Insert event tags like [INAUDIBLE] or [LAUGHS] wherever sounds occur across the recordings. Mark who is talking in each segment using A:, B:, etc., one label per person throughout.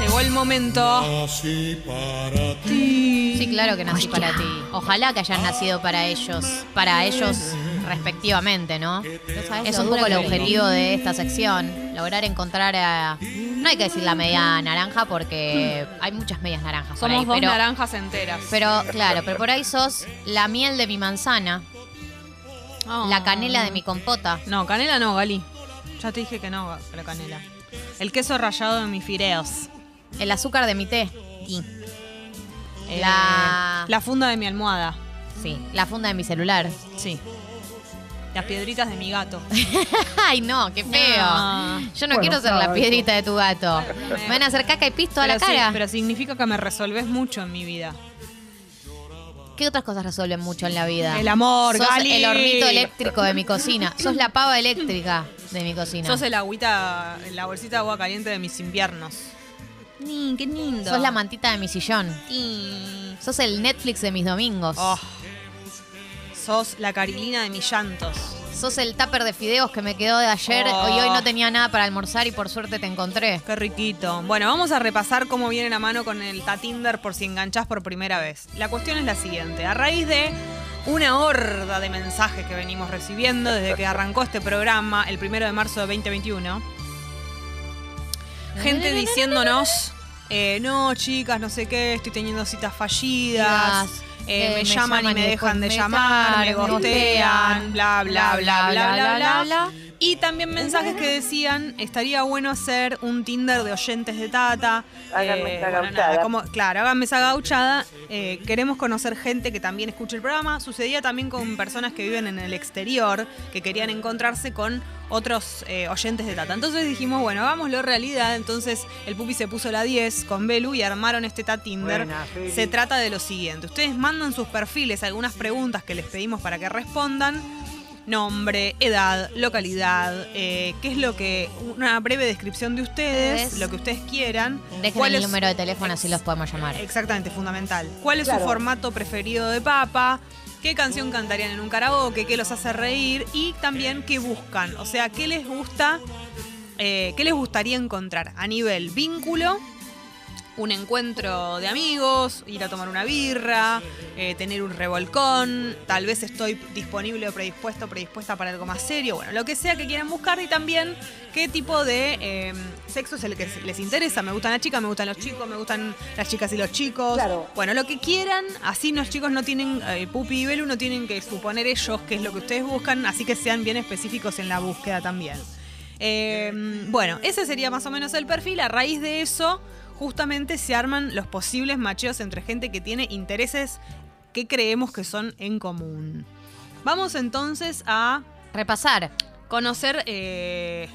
A: Llegó el momento.
B: Así para ti.
C: Sí, claro que nací para ti. Ojalá que hayan nacido para ellos, para ellos respectivamente, ¿no? Es un poco el objetivo de esta sección, lograr encontrar a... No hay que decir la media naranja porque hay muchas medias naranjas. por
A: Somos
C: ahí,
A: dos
C: pero,
A: naranjas enteras.
C: pero claro, pero por ahí sos la miel de mi manzana,
A: Oh.
C: la canela de mi compota.
D: Ah. No, canela no, Gali. Ya te dije que no, Ga- la canela. El queso rallado de mis fideos.
C: El azúcar de mi té.
D: Eh,
C: La-
D: la funda de mi almohada.
C: Sí. La funda de mi celular.
D: Sí. Las piedritas de mi gato. Ah.
C: Ay, no, qué [LAUGHS] feo.
D: No.
C: Yo no quiero ser la piedrita de tu gato. Me van a hacer caca y pisto a la
D: Pero sí,
C: cara.
D: pero significa que me resolvés mucho en mi vida.
C: ¿Qué otras cosas resuelven mucho en la vida?
D: El amor,
C: Sos
D: Gali.
C: el hornito e- eléctrico de mi cocina. Sos la pava eléctrica de mi cocina.
D: Sos el agüita, la bolsita de agua caliente de mis inviernos. Ni, qué lindo.
C: Sos la mantita de mi sillón. Sos el Netflix de mis domingos.
D: Oh. Sos la carilina de mis llantos.
C: Sos el tupper de fideos que me quedó de ayer
D: Oh.
C: y hoy no tenía nada para almorzar y por suerte te encontré.
D: Qué riquito. Bueno, vamos a repasar cómo viene la mano con el Tatinder por si enganchás por primera vez. La cuestión es la siguiente. A raíz de una horda de mensajes que venimos recibiendo desde que arrancó este programa el primero de marzo de 2021, gente diciéndonos, eh, no, chicas, no sé qué, estoy teniendo citas fallidas. eh,
C: Eh,
D: me, llaman, y me
C: después
D: dejan de
C: me
D: llamar, me
C: llaman,
D: gostean, bla, bla, bla, bla, bla, bla,
C: bla.
D: y también mensajes que decían, estaría bueno hacer un Tinder de oyentes de Tata. Eh,
E: Háganme esa
D: bueno,
E: gauchada.
D: nada, como- claro, háganme esa gauchada. Eh, queremos conocer gente que también escuche el programa. Sucedía también con personas que viven en el exterior, que querían encontrarse con otros eh, oyentes de Tata. Entonces dijimos, bueno, hagámoslo realidad. Entonces el Pupi se puso la 10 con Belu y armaron este Tatinder.
E: Buena, Feli.
D: Se trata de lo siguiente. Ustedes mandan sus perfiles algunas preguntas que les pedimos para que respondan. Nombre, edad, localidad, eh, qué es lo que... Una breve descripción de ustedes,
C: Ustedes.
D: lo que ustedes quieran.
C: Dejen
D: ¿Cuál
C: el
D: es-
C: número de teléfono así los podemos llamar.
D: Exactamente, fundamental. ¿Cuál es
E: Claro.
D: su formato preferido de papa? ¿Qué canción cantarían en un karaoke? ¿Qué los hace reír? Y también qué buscan. O sea, ¿qué les gusta? eh, ¿Qué les gustaría encontrar? A nivel vínculo, un encuentro de amigos, ir a tomar una birra, eh, tener un revolcón, tal vez estoy disponible o predispuesto o predispuesta para algo más serio, bueno, lo que sea que quieran buscar y también qué tipo de eh, sexo es el que les interesa. Me gustan las chicas, me gustan los chicos, me gustan las chicas y los chicos.
E: Claro.
D: Bueno, lo que quieran, así los chicos no tienen, eh, Pupi y Belu no tienen que suponer ellos qué es lo que ustedes buscan, así que sean bien específicos en la búsqueda también. Eh, bueno, ese sería más o menos el perfil. A raíz de eso, justamente se arman los posibles macheos entre gente que tiene intereses que creemos que son en común. Vamos entonces a
C: Repasar.
D: conocer. eh,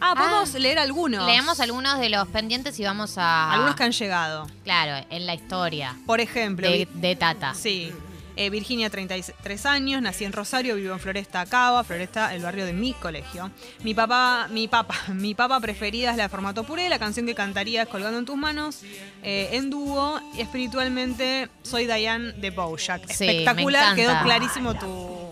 D: Ah, podemos leer algunos.
C: Leemos Ah. algunos de los pendientes y vamos a.
D: Algunos que han llegado.
C: Claro, en la historia
D: Por ejemplo,
C: de, de Tata.
D: Sí. Eh, Virginia, 33 años, nací en Rosario, vivo en Floresta Cava, Floresta, el barrio de mi colegio. Mi papá, mi papá, mi papa [LAUGHS] preferida es la de formato puré, la canción que cantaría es Colgando en tus manos, eh, en dúo, y espiritualmente soy Diane de Bojack.
C: Sí,
D: Espectacular,
C: me
D: quedó
C: encanta.
D: clarísimo tu...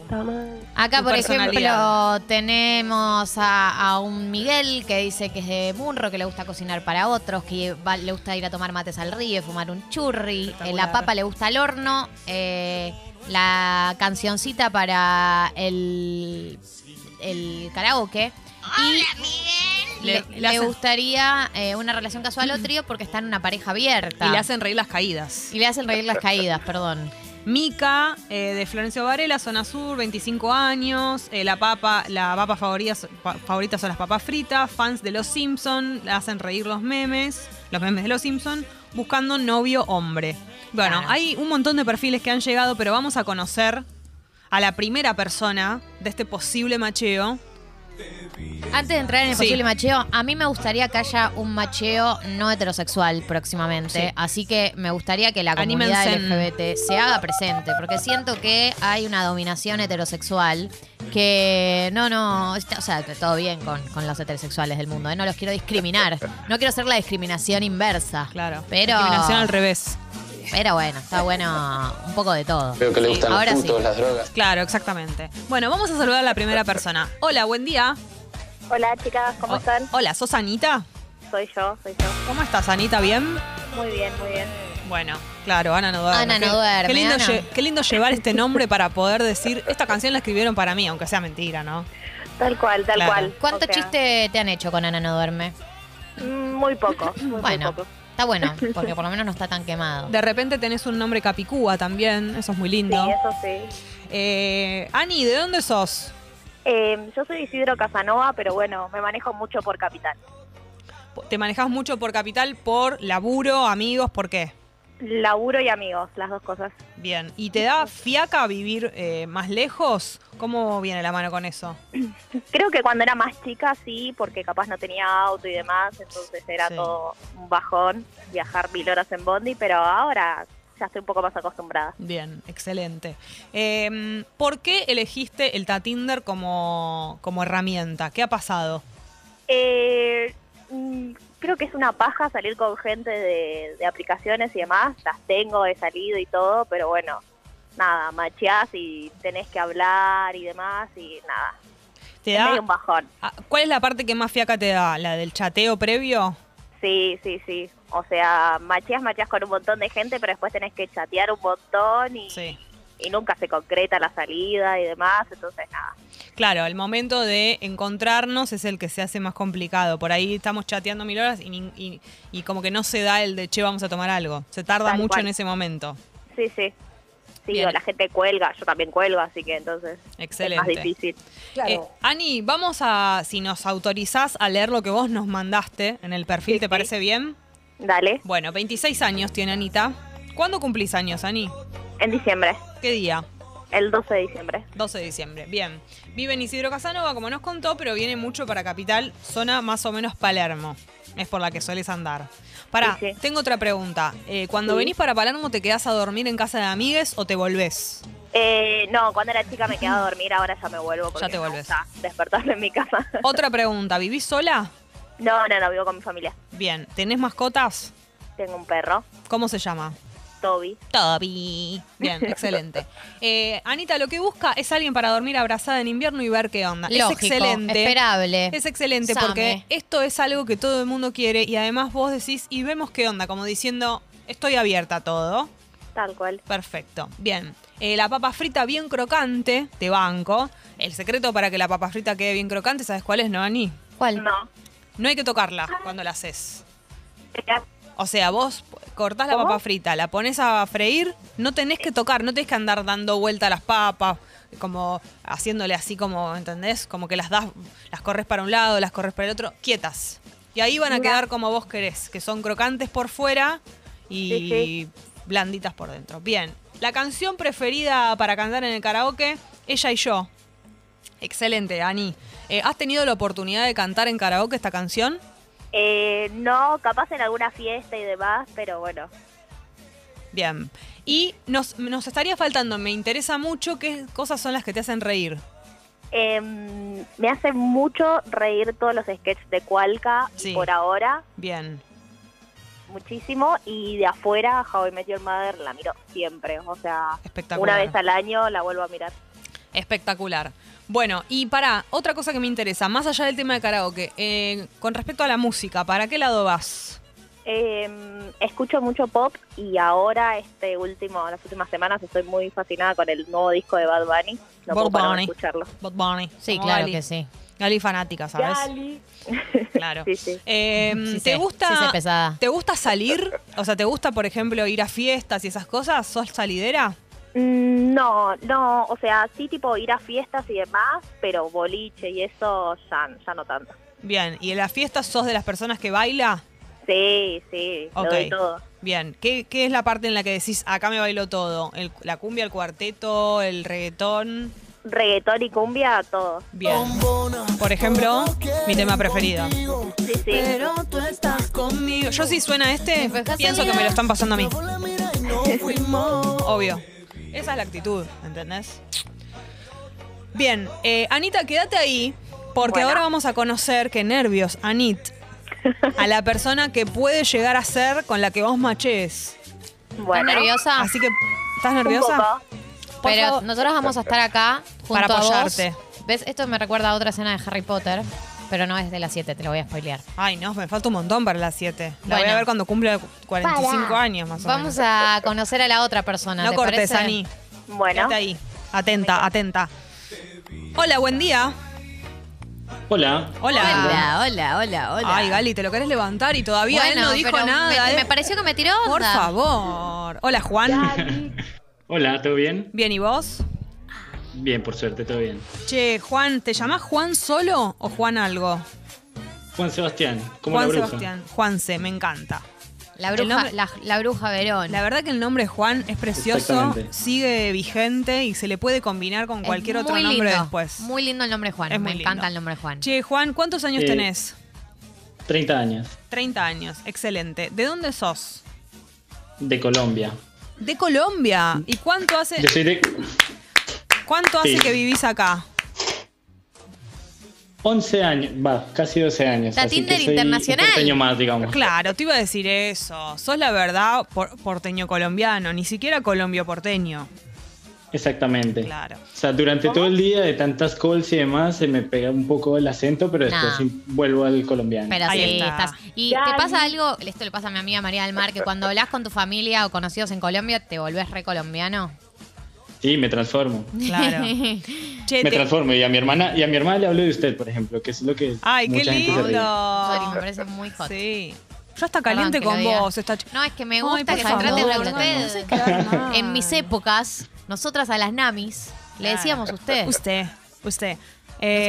C: Acá,
D: Tu
C: por ejemplo,
D: personalidad.
C: tenemos a, a un Miguel que dice que es de Munro, que le gusta cocinar para otros, que va- le gusta ir a tomar mates al río, fumar un churri, eh, la
D: Espectacular.
C: papa le gusta al horno, eh, la cancioncita para el, el karaoke. Y le,
D: Le- le
C: le
D: hacen-
C: gustaría eh, una relación casual o trío porque está en una pareja abierta.
D: Y le hacen reír las caídas.
C: Y le hacen reír las caídas, perdón.
D: Mica, eh, de Florencio Varela, zona sur, 25 años. Eh, la papa, la papa favorita, pa- favorita son las papas fritas. Fans de Los Simpson, la hacen reír los memes, los memes de Los Simpson, buscando novio hombre. Bueno,
C: Claro.
D: hay un montón de perfiles que han llegado, pero vamos a conocer a la primera persona de este posible macheo.
C: Antes de entrar en el
D: Sí.
C: posible macheo, a mí me gustaría que haya un macheo no heterosexual próximamente.
D: Sí.
C: Así que me gustaría que la comunidad
D: Anímense.
C: LGBT se haga presente, porque siento que hay una dominación heterosexual que no, no, está- o sea, todo bien con, con los heterosexuales del mundo, ¿eh? no los quiero discriminar, no quiero hacer la discriminación inversa.
D: Claro.
C: Pero,
D: Discriminación al revés.
C: pero bueno, está bueno un poco de todo.
F: Veo que le gustan
C: Ahora
F: los
C: sí.
F: putos, las drogas.
D: Claro, exactamente. Bueno, vamos a saludar a la primera persona. Hola, buen día.
C: Ah.
G: Hola chicas, ¿cómo
D: O-
G: están?
D: Hola, ¿sos Anita?
E: soy yo, soy yo.
D: ¿Cómo estás, Anita? ¿Bien?
E: Muy bien, muy bien.
D: Bueno, claro, Ana no duerme.
C: Ana no
D: Qué-
C: duerme,
D: Qué lindo,
C: Ana.
D: lle- qué lindo llevar este nombre para poder decir, esta canción la escribieron para mí, aunque sea mentira, ¿no?
E: Tal cual, tal
D: Claro.
E: cual.
C: ¿Cuánto
E: O sea,
C: chiste te han hecho con Ana no duerme?
E: mm, Muy poco, muy, muy
C: Bueno,
E: poco.
C: está
E: [LAUGHS]
C: bueno, porque por lo menos no está tan quemado.
D: De repente tenés un nombre Capicúa también, eso es muy
E: Sí,
D: lindo.
E: eso sí.
D: Eh, Ani, ¿de dónde sos?
E: Eh, yo soy Isidro Casanova, pero bueno, me manejo mucho por capital.
D: ¿Te manejás mucho por capital, por laburo, amigos, por qué?
E: Laburo y amigos, las dos cosas.
D: Bien, ¿y te da fiaca vivir eh, más lejos? ¿Cómo viene la mano con eso?
E: Creo que cuando era más chica sí, porque capaz no tenía auto y demás, entonces era
D: Sí.
E: todo un bajón viajar mil horas en bondi, pero ahora ya estoy un poco más acostumbrada.
D: Bien, excelente. Eh, ¿Por qué elegiste el Tatinder como, como herramienta? ¿Qué ha pasado?
E: Eh, mm, creo que es una paja salir con gente de, de aplicaciones y demás. Las tengo, he salido y todo, pero bueno, nada, macheás y tenés que hablar y demás y nada.
D: ¿Te
E: Es
D: da,
E: medio un bajón.
D: Ah, ¿Cuál es la parte que más fiaca te da? ¿La del chateo previo?
E: Sí, sí, sí. O sea, macheás, macheás con un montón de gente, pero después tenés que chatear un montón y,
D: Sí.
E: y nunca se concreta la salida y demás. Entonces, nada.
D: Claro, el momento de encontrarnos es el que se hace más complicado. Por ahí estamos chateando mil horas y, nin- y- y como que no se da el de, che, vamos a tomar algo. Se tarda
E: Tal
D: mucho
E: cual.
D: en ese momento.
E: Sí, sí. Sí,
D: Bien.
E: o la gente cuelga, yo también cuelgo, así que entonces es más
D: Excelente.
E: difícil.
D: Eh, Ani, vamos a, si nos autorizás a leer lo que vos nos mandaste en el perfil,
E: Sí,
D: ¿te
E: sí.
D: parece bien?
E: Dale,
D: Bueno, 26 años tiene Anita. ¿Cuándo cumplís años, Ani?
E: en diciembre,
D: ¿Qué día?
E: el 12 de diciembre.
D: 12 de diciembre. Bien. Vive en Isidro Casanova, como nos contó, pero viene mucho para Capital, zona más o menos Palermo. Es por la que sueles andar. Pará,
E: Sí, sí.
D: tengo otra pregunta. Eh, cuando
E: Sí.
D: venís para Palermo, ¿te quedás a dormir en casa de amigues o te volvés?
E: [LAUGHS] Eh, no, cuando era chica me quedaba a dormir, ahora ya me vuelvo. Porque
D: Ya te
E: me
D: volvés.
E: gusta Despertarme en mi casa.
D: Otra pregunta, ¿vivís sola?
E: [LAUGHS] No, no, no, vivo con mi familia.
D: Bien. ¿Tenés mascotas?
E: Tengo un perro,
D: ¿Cómo se llama?
E: Toby.
D: Toby.
C: [LAUGHS]
D: Bien, excelente. Eh, Anita, lo que busca es alguien para dormir abrazada en invierno y ver qué onda. es
C: Lógico,
D: excelente.
C: esperable.
D: Es excelente
C: Same.
D: porque esto es algo que todo el mundo quiere y además vos decís y vemos qué onda, como diciendo, estoy abierta a todo.
E: Tal cual.
D: Perfecto, bien. Eh, la papa frita bien crocante, te banco. El secreto para que la papa frita quede bien crocante, ¿sabes cuál es, no, Ani?
C: ¿Cuál?
E: No.
D: No hay que tocarla cuando la haces.
E: Era-
D: O sea, vos cortás la
E: ¿Cómo?
D: papa frita, la pones a freír, no tenés que tocar, no tenés que andar dando vuelta a las papas, como haciéndole así como, ¿entendés? Como que las das, las corres para un lado, las corres para el otro, quietas. Y ahí van a
E: Mirá.
D: quedar como vos querés, que son crocantes por fuera y
E: Sí, sí.
D: blanditas por dentro. Bien, la canción preferida para cantar en el karaoke, Ella y yo. Excelente, Ani. Eh, ¿Has tenido la oportunidad de cantar en karaoke esta canción?
E: Eh, no, capaz en alguna fiesta y demás, pero bueno.
D: Bien. Y nos, nos estaría faltando, me interesa mucho qué cosas son las que te hacen reír.
E: Em, me hace mucho reír todos los sketches de Cualca
D: Sí.
E: por ahora,
D: Bien.
E: muchísimo. Y de afuera, How I Met Your Mother la miro siempre. O sea,
D: Espectacular.
E: una vez al año la vuelvo a mirar.
D: Espectacular. Bueno, y para, otra cosa que me interesa, más allá del tema de karaoke, eh, con respecto a la música, ¿para qué lado vas?
E: Eh, escucho mucho pop y ahora este último, las últimas semanas estoy muy fascinada con el nuevo disco de Bad Bunny.
D: Bad
E: No puedo parar de
D: Bunny.
E: escucharlo.
D: Bad Bunny.
C: Sí,
D: Como
C: claro
D: Gali.
C: que sí.
D: Gali fanática, ¿sabes? [LAUGHS] Claro.
E: Sí, sí.
D: Eh,
C: Sí
D: ¿Te
C: sé,
D: gusta
C: sí sé pesada.
D: te gusta salir? O sea, ¿te gusta, por ejemplo, ir a fiestas y esas cosas? ¿Sos salidera?
E: Mm, No, no, o sea, sí tipo ir a fiestas y demás, pero boliche y eso ya, ya no tanto.
D: Bien. ¿Y en las fiestas sos de las personas que baila?
E: Sí, sí,
D: Ok.
E: lo doy todo.
D: Bien, ¿Qué, qué es la parte en la que decís, acá me bailo todo? El- la cumbia, el cuarteto, el reggaetón.
E: Reggaetón y cumbia, todo.
D: Bien. Por ejemplo, mi tema preferido.
E: Sí, sí.
F: tú estás conmigo.
D: Yo si suena este,
C: Empezás
D: pienso
C: a
D: que me lo están pasando a mí.
F: la mira y no fuimos.
D: Obvio. Esa es la actitud, ¿entendés? Bien, eh, Anita, quédate ahí, porque
E: Bueno.
D: ahora vamos a conocer, que nervios, Anit, a la persona que puede llegar a ser con la que vos machees.
E: Bueno,
C: ¿Estás nerviosa?
D: Así que, ¿estás
E: un
D: nerviosa?
E: poco.
D: Por
C: Pero
D: favor.
C: nosotros vamos a estar acá junto
D: Para
C: a vos.
D: apoyarte.
C: ¿Ves? Esto me recuerda a otra escena de Harry Potter. Pero no es de las 7, te lo voy a spoilear.
D: Ay, no, me falta un montón para las 7. La voy
C: Bueno.
D: a ver cuando cumpla 45
G: Pará.
D: años más o
C: Vamos
D: menos.
C: a conocer a la otra persona.
D: No
C: ¿te
D: cortes,
C: parece?
D: Ani.
E: Bueno,
D: Quédate ahí. Atenta, atenta. Hola, buen día.
H: Hola.
D: Hola.
G: Hola, hola, hola, hola.
D: Ay, Gali, te lo querés levantar y todavía él
C: Bueno,
D: no dijo
C: pero
D: nada.
C: Me,
D: eh.
C: me pareció que me tiró onda.
D: Por favor. Hola, Juan.
H: Hola, ¿todo bien?
D: Bien, ¿y vos?
H: Bien, por suerte, todo bien.
D: Che, Juan, ¿te llamás Juan solo o Juan algo?
H: Juan Sebastián, ¿cómo
D: Juan
H: la bruja?
D: Sebastián. Juanse, me encanta.
C: La
D: El
C: bruja,
D: nombre-
C: la, la bruja Verón.
D: La verdad que el nombre Juan es precioso,
H: Exactamente.
D: sigue vigente y se le puede combinar con
C: Es
D: cualquier otro
C: muy
D: nombre
C: lindo,
D: después.
C: Muy lindo el nombre Juan.
D: Es
C: me
D: muy lindo.
C: encanta el nombre Juan.
D: Che, Juan, ¿cuántos años
H: Eh.
D: tenés?
H: 30 años,
D: 30 años, excelente. ¿De dónde sos?
H: de Colombia.
D: De Colombia. ¿Y cuánto hace,
H: Yo soy de
D: cuánto hace
H: Sí.
D: que vivís acá?
H: 11 años, va, casi 12 años.
C: La
H: así
C: Tinder
H: que soy
C: internacional.
H: Un porteño más, digamos.
D: Claro, te iba a decir eso. Sos la verdad por- porteño colombiano, ni siquiera colombio porteño.
H: Exactamente.
D: Claro.
H: O sea, durante todo el día de tantas calls y demás se me pega un poco el acento, pero después
C: Nah.
H: sí vuelvo al colombiano.
C: Pero
D: Ahí
C: sí,
D: está.
C: estás. Y te
E: Dani.
C: pasa algo, esto le pasa a mi amiga María del Mar, que cuando hablas con tu familia o conocidos en Colombia, te volvés re colombiano.
H: Sí, me transformo.
C: [LAUGHS]
D: Claro. Che,
H: Me
D: Eh, te-
H: transformo y a mi hermana y a mi hermana le hablo de usted, por ejemplo, que es lo que
D: Ay, qué
H: mucha gente se ríe.
C: Sorry, me
D: lindo.
C: parece muy hot.
D: Sí. Ya está
C: Perdón
D: caliente
C: que lo
D: con
C: diga.
D: vos. Está...
C: No, es que me
D: Ay,
C: gusta
D: por
C: que se traten
D: favor,
C: de
D: no
C: usted.
D: se quedan mal.
C: [LAUGHS] En mis épocas, nosotras a las namis le
D: Claro.
C: decíamos usted.
D: Usted, usted.
C: Eh,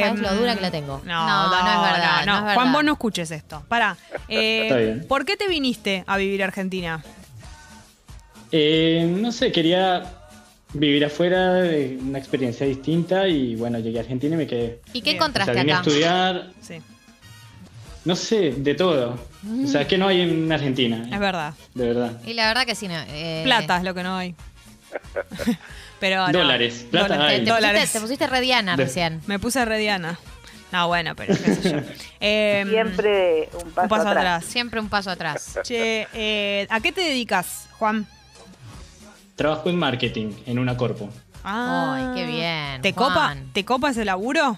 D: Eh,
C: sabes lo dura que la tengo.
D: No,
C: No,
D: no,
C: no es
D: no,
C: verdad,
D: no.
C: no es verdad.
D: Juan, vos no escuches esto.
H: [LAUGHS]
D: Pará. Eh,
H: Está bien.
D: ¿Por qué te viniste a vivir a Argentina?
H: Eh, no sé, quería vivir afuera, eh, una experiencia distinta y bueno, llegué a Argentina y me quedé.
C: ¿Y
D: Bien.
C: qué
H: O sea,
C: encontraste
H: vine a
C: acá?
H: estudiar,
D: Sí,
H: no sé, de todo. O sea, que no hay en Argentina,
D: Mm. es verdad.
H: de verdad.
C: Y la verdad que sí, no, eh,
D: Plata es lo que no
H: [LAUGHS]
D: hay. Pero no.
H: Dólares, plata
C: Te,
H: hay.
C: te pusiste,
D: Dólares.
C: te pusiste re Diana
H: De-
C: recién.
D: Me puse re Diana. No, bueno, pero qué
H: [LAUGHS]
D: sé yo. Eh,
I: Siempre un paso,
D: un paso
I: atrás.
D: atrás.
C: Siempre un paso atrás.
D: Che, eh, ¿a qué te dedicas, Juan?
H: Trabajo en marketing, en una corpo.
C: Ay, qué bien,
D: Ah. ¿Te copa,
C: Juan.
D: ¿Te copa ese laburo?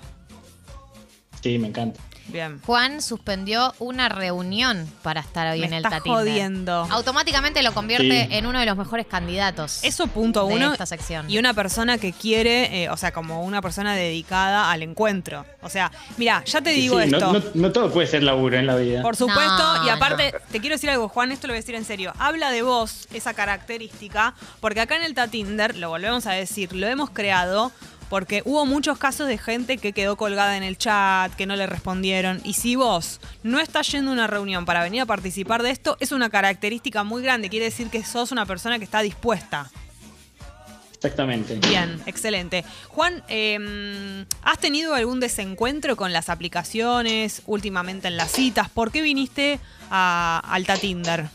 H: Sí, me encanta.
D: Bien.
C: Juan suspendió una reunión para estar hoy
D: Me
C: en el
D: estás
C: Tatín.
D: jodiendo.
C: Automáticamente lo convierte
H: Sí.
C: en uno de los mejores candidatos.
D: Eso punto
C: de
D: uno.
C: esta sección.
D: Y una persona que quiere, eh, o sea, como una persona dedicada al encuentro. O sea, mira, ya te digo
H: Sí, no-
D: esto.
H: No, no todo puede ser laburo en la vida.
D: Por supuesto,
C: No,
D: y aparte, te quiero decir algo, Juan, esto lo voy a decir en serio. Habla de vos esa característica, porque acá en el Tatinder, lo volvemos a decir, lo hemos creado porque hubo muchos casos de gente que quedó colgada en el chat, que no le respondieron. Y si vos no estás yendo a una reunión para venir a participar de esto, es una característica muy grande. Quiere decir que sos una persona que está dispuesta.
H: Exactamente.
D: Bien, excelente. Juan, eh, ¿has tenido algún desencuentro con las aplicaciones últimamente en las citas? ¿Por qué viniste a Alta Tinder?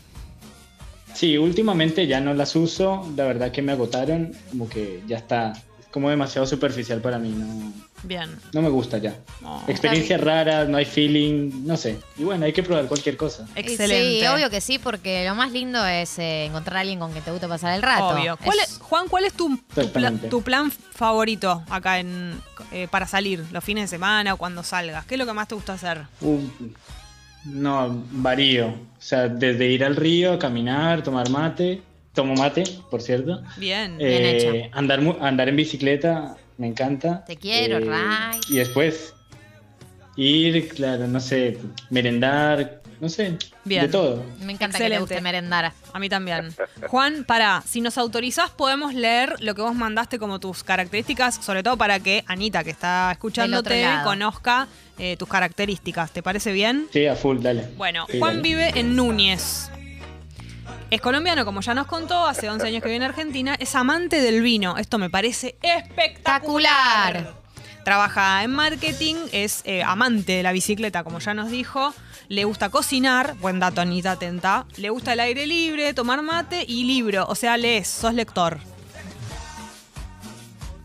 H: Sí, últimamente ya no las uso, la verdad que me agotaron, como que ya está, es como demasiado superficial para mí, no,
D: Bien.
H: no me gusta ya.
D: Oh,
H: Experiencias raras, no hay feeling, no sé. Y bueno, hay que probar cualquier cosa.
C: Y
D: excelente.
C: Sí, obvio que sí, porque lo más lindo es eh, encontrar a alguien con quien te gusta pasar el rato.
D: Obvio. ¿Cuál es- Juan, ¿cuál es tu, tu, pla-
H: Exactamente.
D: tu plan favorito acá en, eh, para salir los fines de semana o cuando salgas? ¿Qué es lo que más te gusta hacer?
H: Uh, no, varío. O sea, desde ir al río, caminar, tomar mate, tomo mate, por cierto.
D: Bien.
C: Bien
H: Eh, andar, mu- andar en bicicleta, me encanta. Eh,
C: Te quiero, Ray.
H: Y después ir, claro, no sé, merendar, no sé,
D: Bien.
H: de todo.
C: Me encanta que te
D: Excelente.
C: guste merendar.
D: A mí también. Juan, para, si nos autorizás, podemos leer lo que vos mandaste como tus características, sobre todo para que Anita, que está escuchándote,
C: Del otro lado.
D: conozca eh, tus características. ¿Te parece bien?
H: Sí, a full, dale.
D: Bueno,
H: Sí,
D: Juan
H: dale.
D: vive en Núñez. Es colombiano, como ya nos contó, hace 11 años que viene a Argentina. Es amante del vino. Esto me parece espectacular. Trabaja en marketing, es eh, amante de la bicicleta, como ya nos dijo. Le gusta cocinar, buen dato, Anita, atenta. Le gusta el aire libre, tomar mate y libro. O sea, lees, sos lector.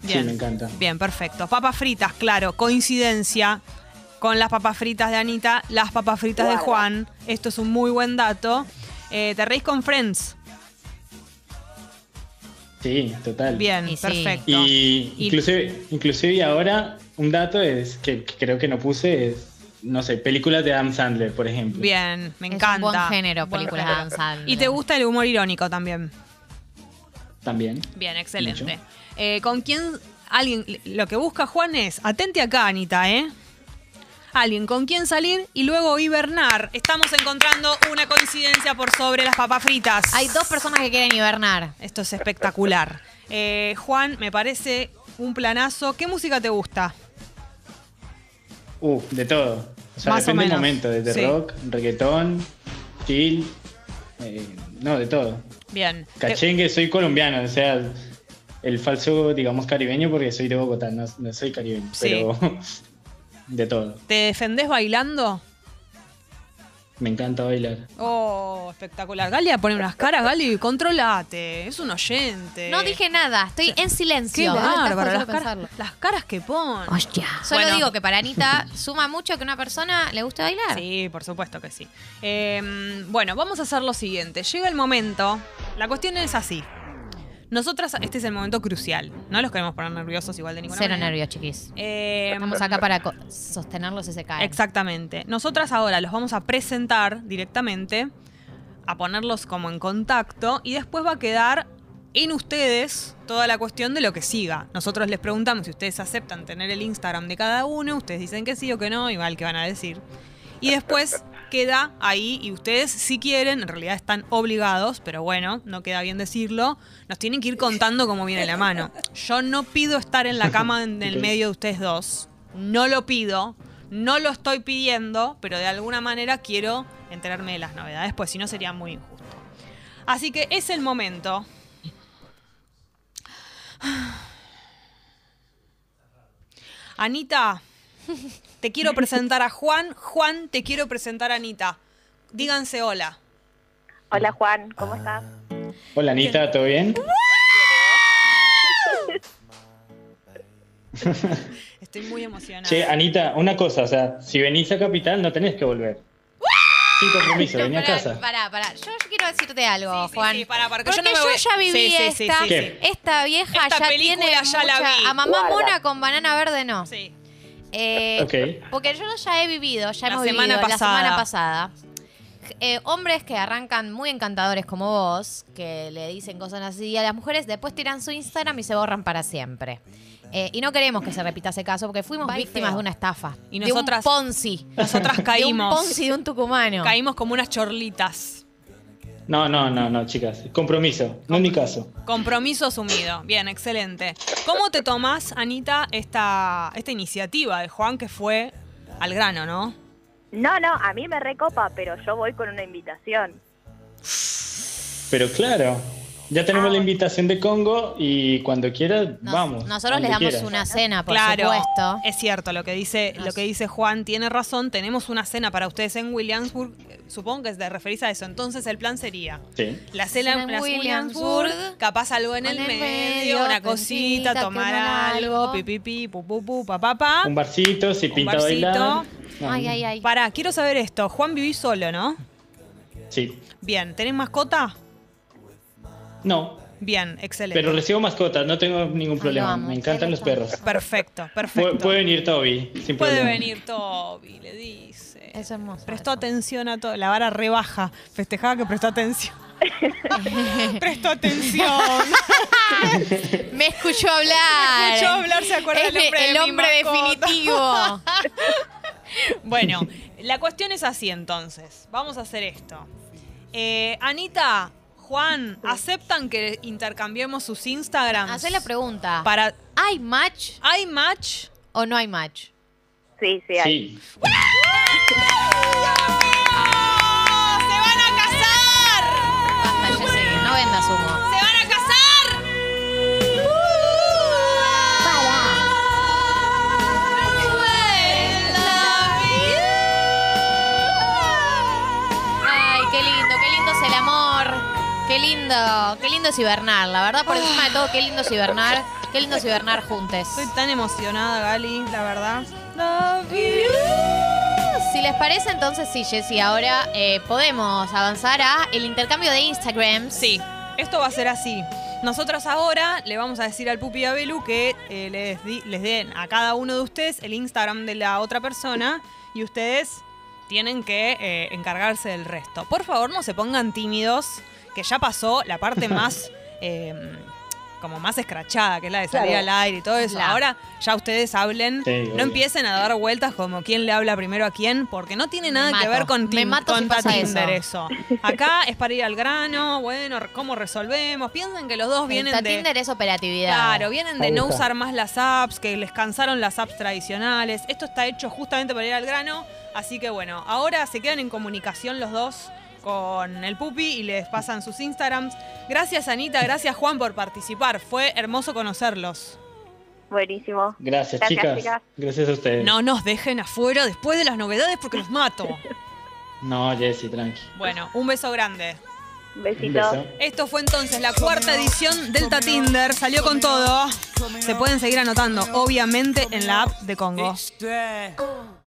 H: Sí, me encanta.
D: Bien, perfecto. Papas fritas, claro, coincidencia con las papas fritas de Anita, las papas fritas de Juan. Esto es un muy buen dato. Eh, ¿Te reís con Friends?
H: Sí, total.
D: Bien,
C: Y sí.
D: perfecto.
H: Y
D: Y-
H: inclusive, inclusive ahora un dato es que, que creo que no puse es no sé, películas de Adam Sandler, por ejemplo.
D: Bien, me
C: Es un
D: encanta.
C: buen género,
D: Buen
C: películas
D: género.
C: de Adam Sandler.
D: Y te gusta el humor irónico también.
H: También.
D: Bien, excelente.
H: Mucho.
D: Eh, ¿Con quién? Alguien, lo que busca Juan es, atente acá, Anita, ¿eh? Alguien con quién salir y luego hibernar. Estamos encontrando una coincidencia por sobre las papas fritas.
C: Hay dos personas que quieren hibernar.
D: Esto es espectacular. Eh, Juan, me parece un planazo. ¿Qué música te gusta?
H: Uh, de todo. O sea,
D: Más o
H: depende del
D: menos.
H: momento, desde
D: Sí.
H: rock, reggaetón, chill, eh, no, de todo.
D: Bien. Te-
H: Cachengue, soy colombiano, o sea, el falso, digamos, caribeño porque soy de Bogotá, no, no soy caribeño,
D: Sí.
H: pero [LAUGHS] de todo.
D: ¿Te defendés bailando?
H: Me encanta bailar.
D: Oh, espectacular. Gali a poner unas caras, Gali, controlate. Es un oyente.
C: No dije nada, estoy en
D: Qué
C: silencio.
D: bárbaro,
C: Solo
D: las, caras-
C: pensarlo.
D: las caras que pone.
C: Solo
D: Bueno.
C: digo que para Anita suma mucho que una persona le guste bailar.
D: Sí, por supuesto que sí. Eh, bueno, vamos a hacer lo siguiente. Llega el momento. La cuestión es así. Nosotras, este es el momento crucial. No los queremos poner nerviosos igual de ninguna
C: Cero
D: manera.
C: nervios, chiquis.
D: Eh,
C: Estamos acá para co- sostenerlos ese caen.
D: Exactamente. Nosotras ahora los vamos a presentar directamente, a ponerlos como en contacto y después va a quedar en ustedes toda la cuestión de lo que siga. Nosotros les preguntamos si ustedes aceptan tener el Instagram de cada uno, ustedes dicen que sí o que no, igual que van a decir. Y después queda ahí y ustedes si quieren, en realidad están obligados, pero bueno, no queda bien decirlo, nos tienen que ir contando cómo viene la mano. Yo no pido estar en la cama en el
H: Ok.
D: medio de ustedes dos, no lo pido, no lo estoy pidiendo, pero de alguna manera quiero enterarme de las novedades, pues si no sería muy injusto. Así que es el momento. [SIGHS] Anita, te quiero presentar a Juan. Juan, te quiero presentar a Anita. Díganse hola.
E: Hola Juan, ¿cómo estás?
H: Hola Anita, ¿todo bien?
D: Uh, Estoy muy emocionada.
H: Che, Anita, una cosa, o sea, si venís a Capital no tenés que volver. Sin compromiso, vení a
C: pará,
H: casa.
C: Pará, pará. Yo quiero decirte algo,
D: Sí, sí,
C: Juan.
D: sí, pará, porque yo
C: porque
D: no me voy-
C: ya viví
D: Sí, sí, sí,
C: esta.
D: sí,
H: sí.
C: Esta vieja
D: Esta
C: ya
D: película
C: tiene
D: ya la
C: mucha-
D: vi.
C: A mamá
E: Guarda.
C: mona con banana verde no.
D: Sí.
C: Eh,
H: Ok.
C: Porque yo ya he vivido, ya
D: La
C: hemos
D: semana pasada.
C: vivido la semana pasada. eh, hombres que arrancan muy encantadores como vos, que le dicen cosas así a las mujeres, después tiran su Instagram y se borran para siempre. Eh, y no queremos que se repita ese caso porque fuimos
A: Bye,
C: víctimas
A: feo.
C: de una estafa.
D: Y
C: de
D: nosotras-
C: un Ponzi.
D: Nosotras
C: [LAUGHS] De un
D: caímos.
C: Ponzi de un tucumano.
D: Caímos como unas chorlitas.
H: No, no, no, no, chicas. Compromiso, no es mi caso.
D: Compromiso asumido. Bien, excelente. ¿Cómo te tomás, Anita, esta, esta iniciativa de Juan que fue al grano, no?
E: No, no, a mí me recopa, pero yo voy con una invitación.
H: Pero claro, ya tenemos
E: Ah.
H: la invitación de Congo y cuando quieras,
C: Nos-
H: vamos.
C: Nosotros
H: donde
C: les damos
H: quieras.
C: una cena, por
D: claro,
C: supuesto.
D: es cierto lo que dice lo
C: Nos-
D: que dice Juan tiene razón. Tenemos una cena para ustedes en Williamsburg. Supongo que te referís a eso. Entonces el plan sería
H: Sí.
D: La cena en
C: Cena en
D: Williamsburg,
C: Williamsburg,
D: capaz algo en
C: con
D: el
C: el
D: medio,
C: medio,
D: una
C: pancita,
D: cosita, tomar
C: tomar
D: algo,
C: algo.
D: pi, pi, pi, pu, pu, pu, pa, pa, pa.
H: Un barcito, si
D: Un
H: pinta
D: barcito.
H: bailar.
D: Eh,
H: No,
C: Ay, ay, ay.
D: Pará, quiero saber esto. Juan vivís solo, ¿no?
H: Sí.
D: Bien, ¿tenés mascota?
H: No,
D: Bien, excelente.
H: pero recibo mascotas, no tengo ningún problema.
C: amo,
H: Me
C: ya
H: encantan los
C: lo amo.
H: perros.
D: Perfecto,
H: Pu-
D: perfecto.
H: puede venir Toby, sin
D: Puede
H: problema.
D: venir Toby, le dice.
C: Es hermoso.
D: Prestó
C: eso.
D: atención a todo. La vara rebaja. Festejaba que prestó
C: [LAUGHS]
D: atención. prestó atención.
C: Me escuchó hablar.
D: Me escuchó hablar, se acuerda
C: Es
D: del nombre de
C: el
D: mi
C: hombre
D: mascota.
C: definitivo.
D: Bueno, la cuestión es así entonces. Vamos a hacer esto. Eh, Anita, Juan, ¿aceptan que intercambiemos sus Instagrams?
C: [LAUGHS] Hacé la pregunta.
D: Para,
C: ¿Hay match
D: ¿Hay match?
C: o no hay match?
E: Sí, sí, hay.
H: Sí.
D: ¡Se van a casar!
C: Basta, Jessy, no vendas humo.
D: ¡Se van a casar!
C: Ay, qué lindo, qué lindo es el amor. Qué lindo, qué lindo es hibernar, la verdad, por encima de todo, qué lindo es hibernar, qué lindo es hibernar juntes.
D: Estoy tan emocionada, Gali, la verdad. Love
C: Si les parece, entonces sí, Jessy, ahora eh, podemos avanzar a el intercambio de Instagrams.
D: Sí, esto va a ser así. Nosotros ahora le vamos a decir al Pupi y a Belu que eh, les, di- les den a cada uno de ustedes el Instagram de la otra persona y ustedes tienen que eh, encargarse del resto. Por favor, no se pongan tímidos, que ya pasó la
C: [LAUGHS]
D: parte más... eh, como más escrachada, que es la de salir al aire y todo eso.
C: Claro.
D: Ahora ya ustedes hablen,
H: Sí,
D: no
H: obvio.
D: empiecen a dar vueltas como quién le habla primero a quién, porque no tiene nada
C: Me
D: que
C: mato.
D: ver con,
C: Me
D: Tin-
C: mato
D: con
C: si pasa
D: Tati
C: eso.
D: Tinder eso. Acá es para ir al grano, bueno, re- ¿cómo resolvemos? Piensen que los dos vienen
C: Insta
D: de.
C: Tinder es operatividad.
D: Claro, vienen de
H: Me
D: no
H: gusta.
D: usar más las apps, que les cansaron las apps tradicionales. Esto está hecho justamente para ir al grano. Así que bueno, ahora se quedan en comunicación los dos con el pupi y les pasan sus Instagrams. Gracias Anita, gracias Juan por participar. Fue hermoso conocerlos.
E: Buenísimo.
H: Gracias,
E: Gracias,
H: chicas.
E: chicas.
H: Gracias a ustedes.
D: No nos dejen afuera después de las novedades porque los mato.
H: No, Jessy, tranqui.
D: Bueno, un beso grande.
H: Un
E: Besitos.
H: beso.
D: Esto fue entonces la cuarta edición Delta Tinder. Salió con todo. Se pueden seguir anotando, obviamente, en la app de Congo.
F: Extra.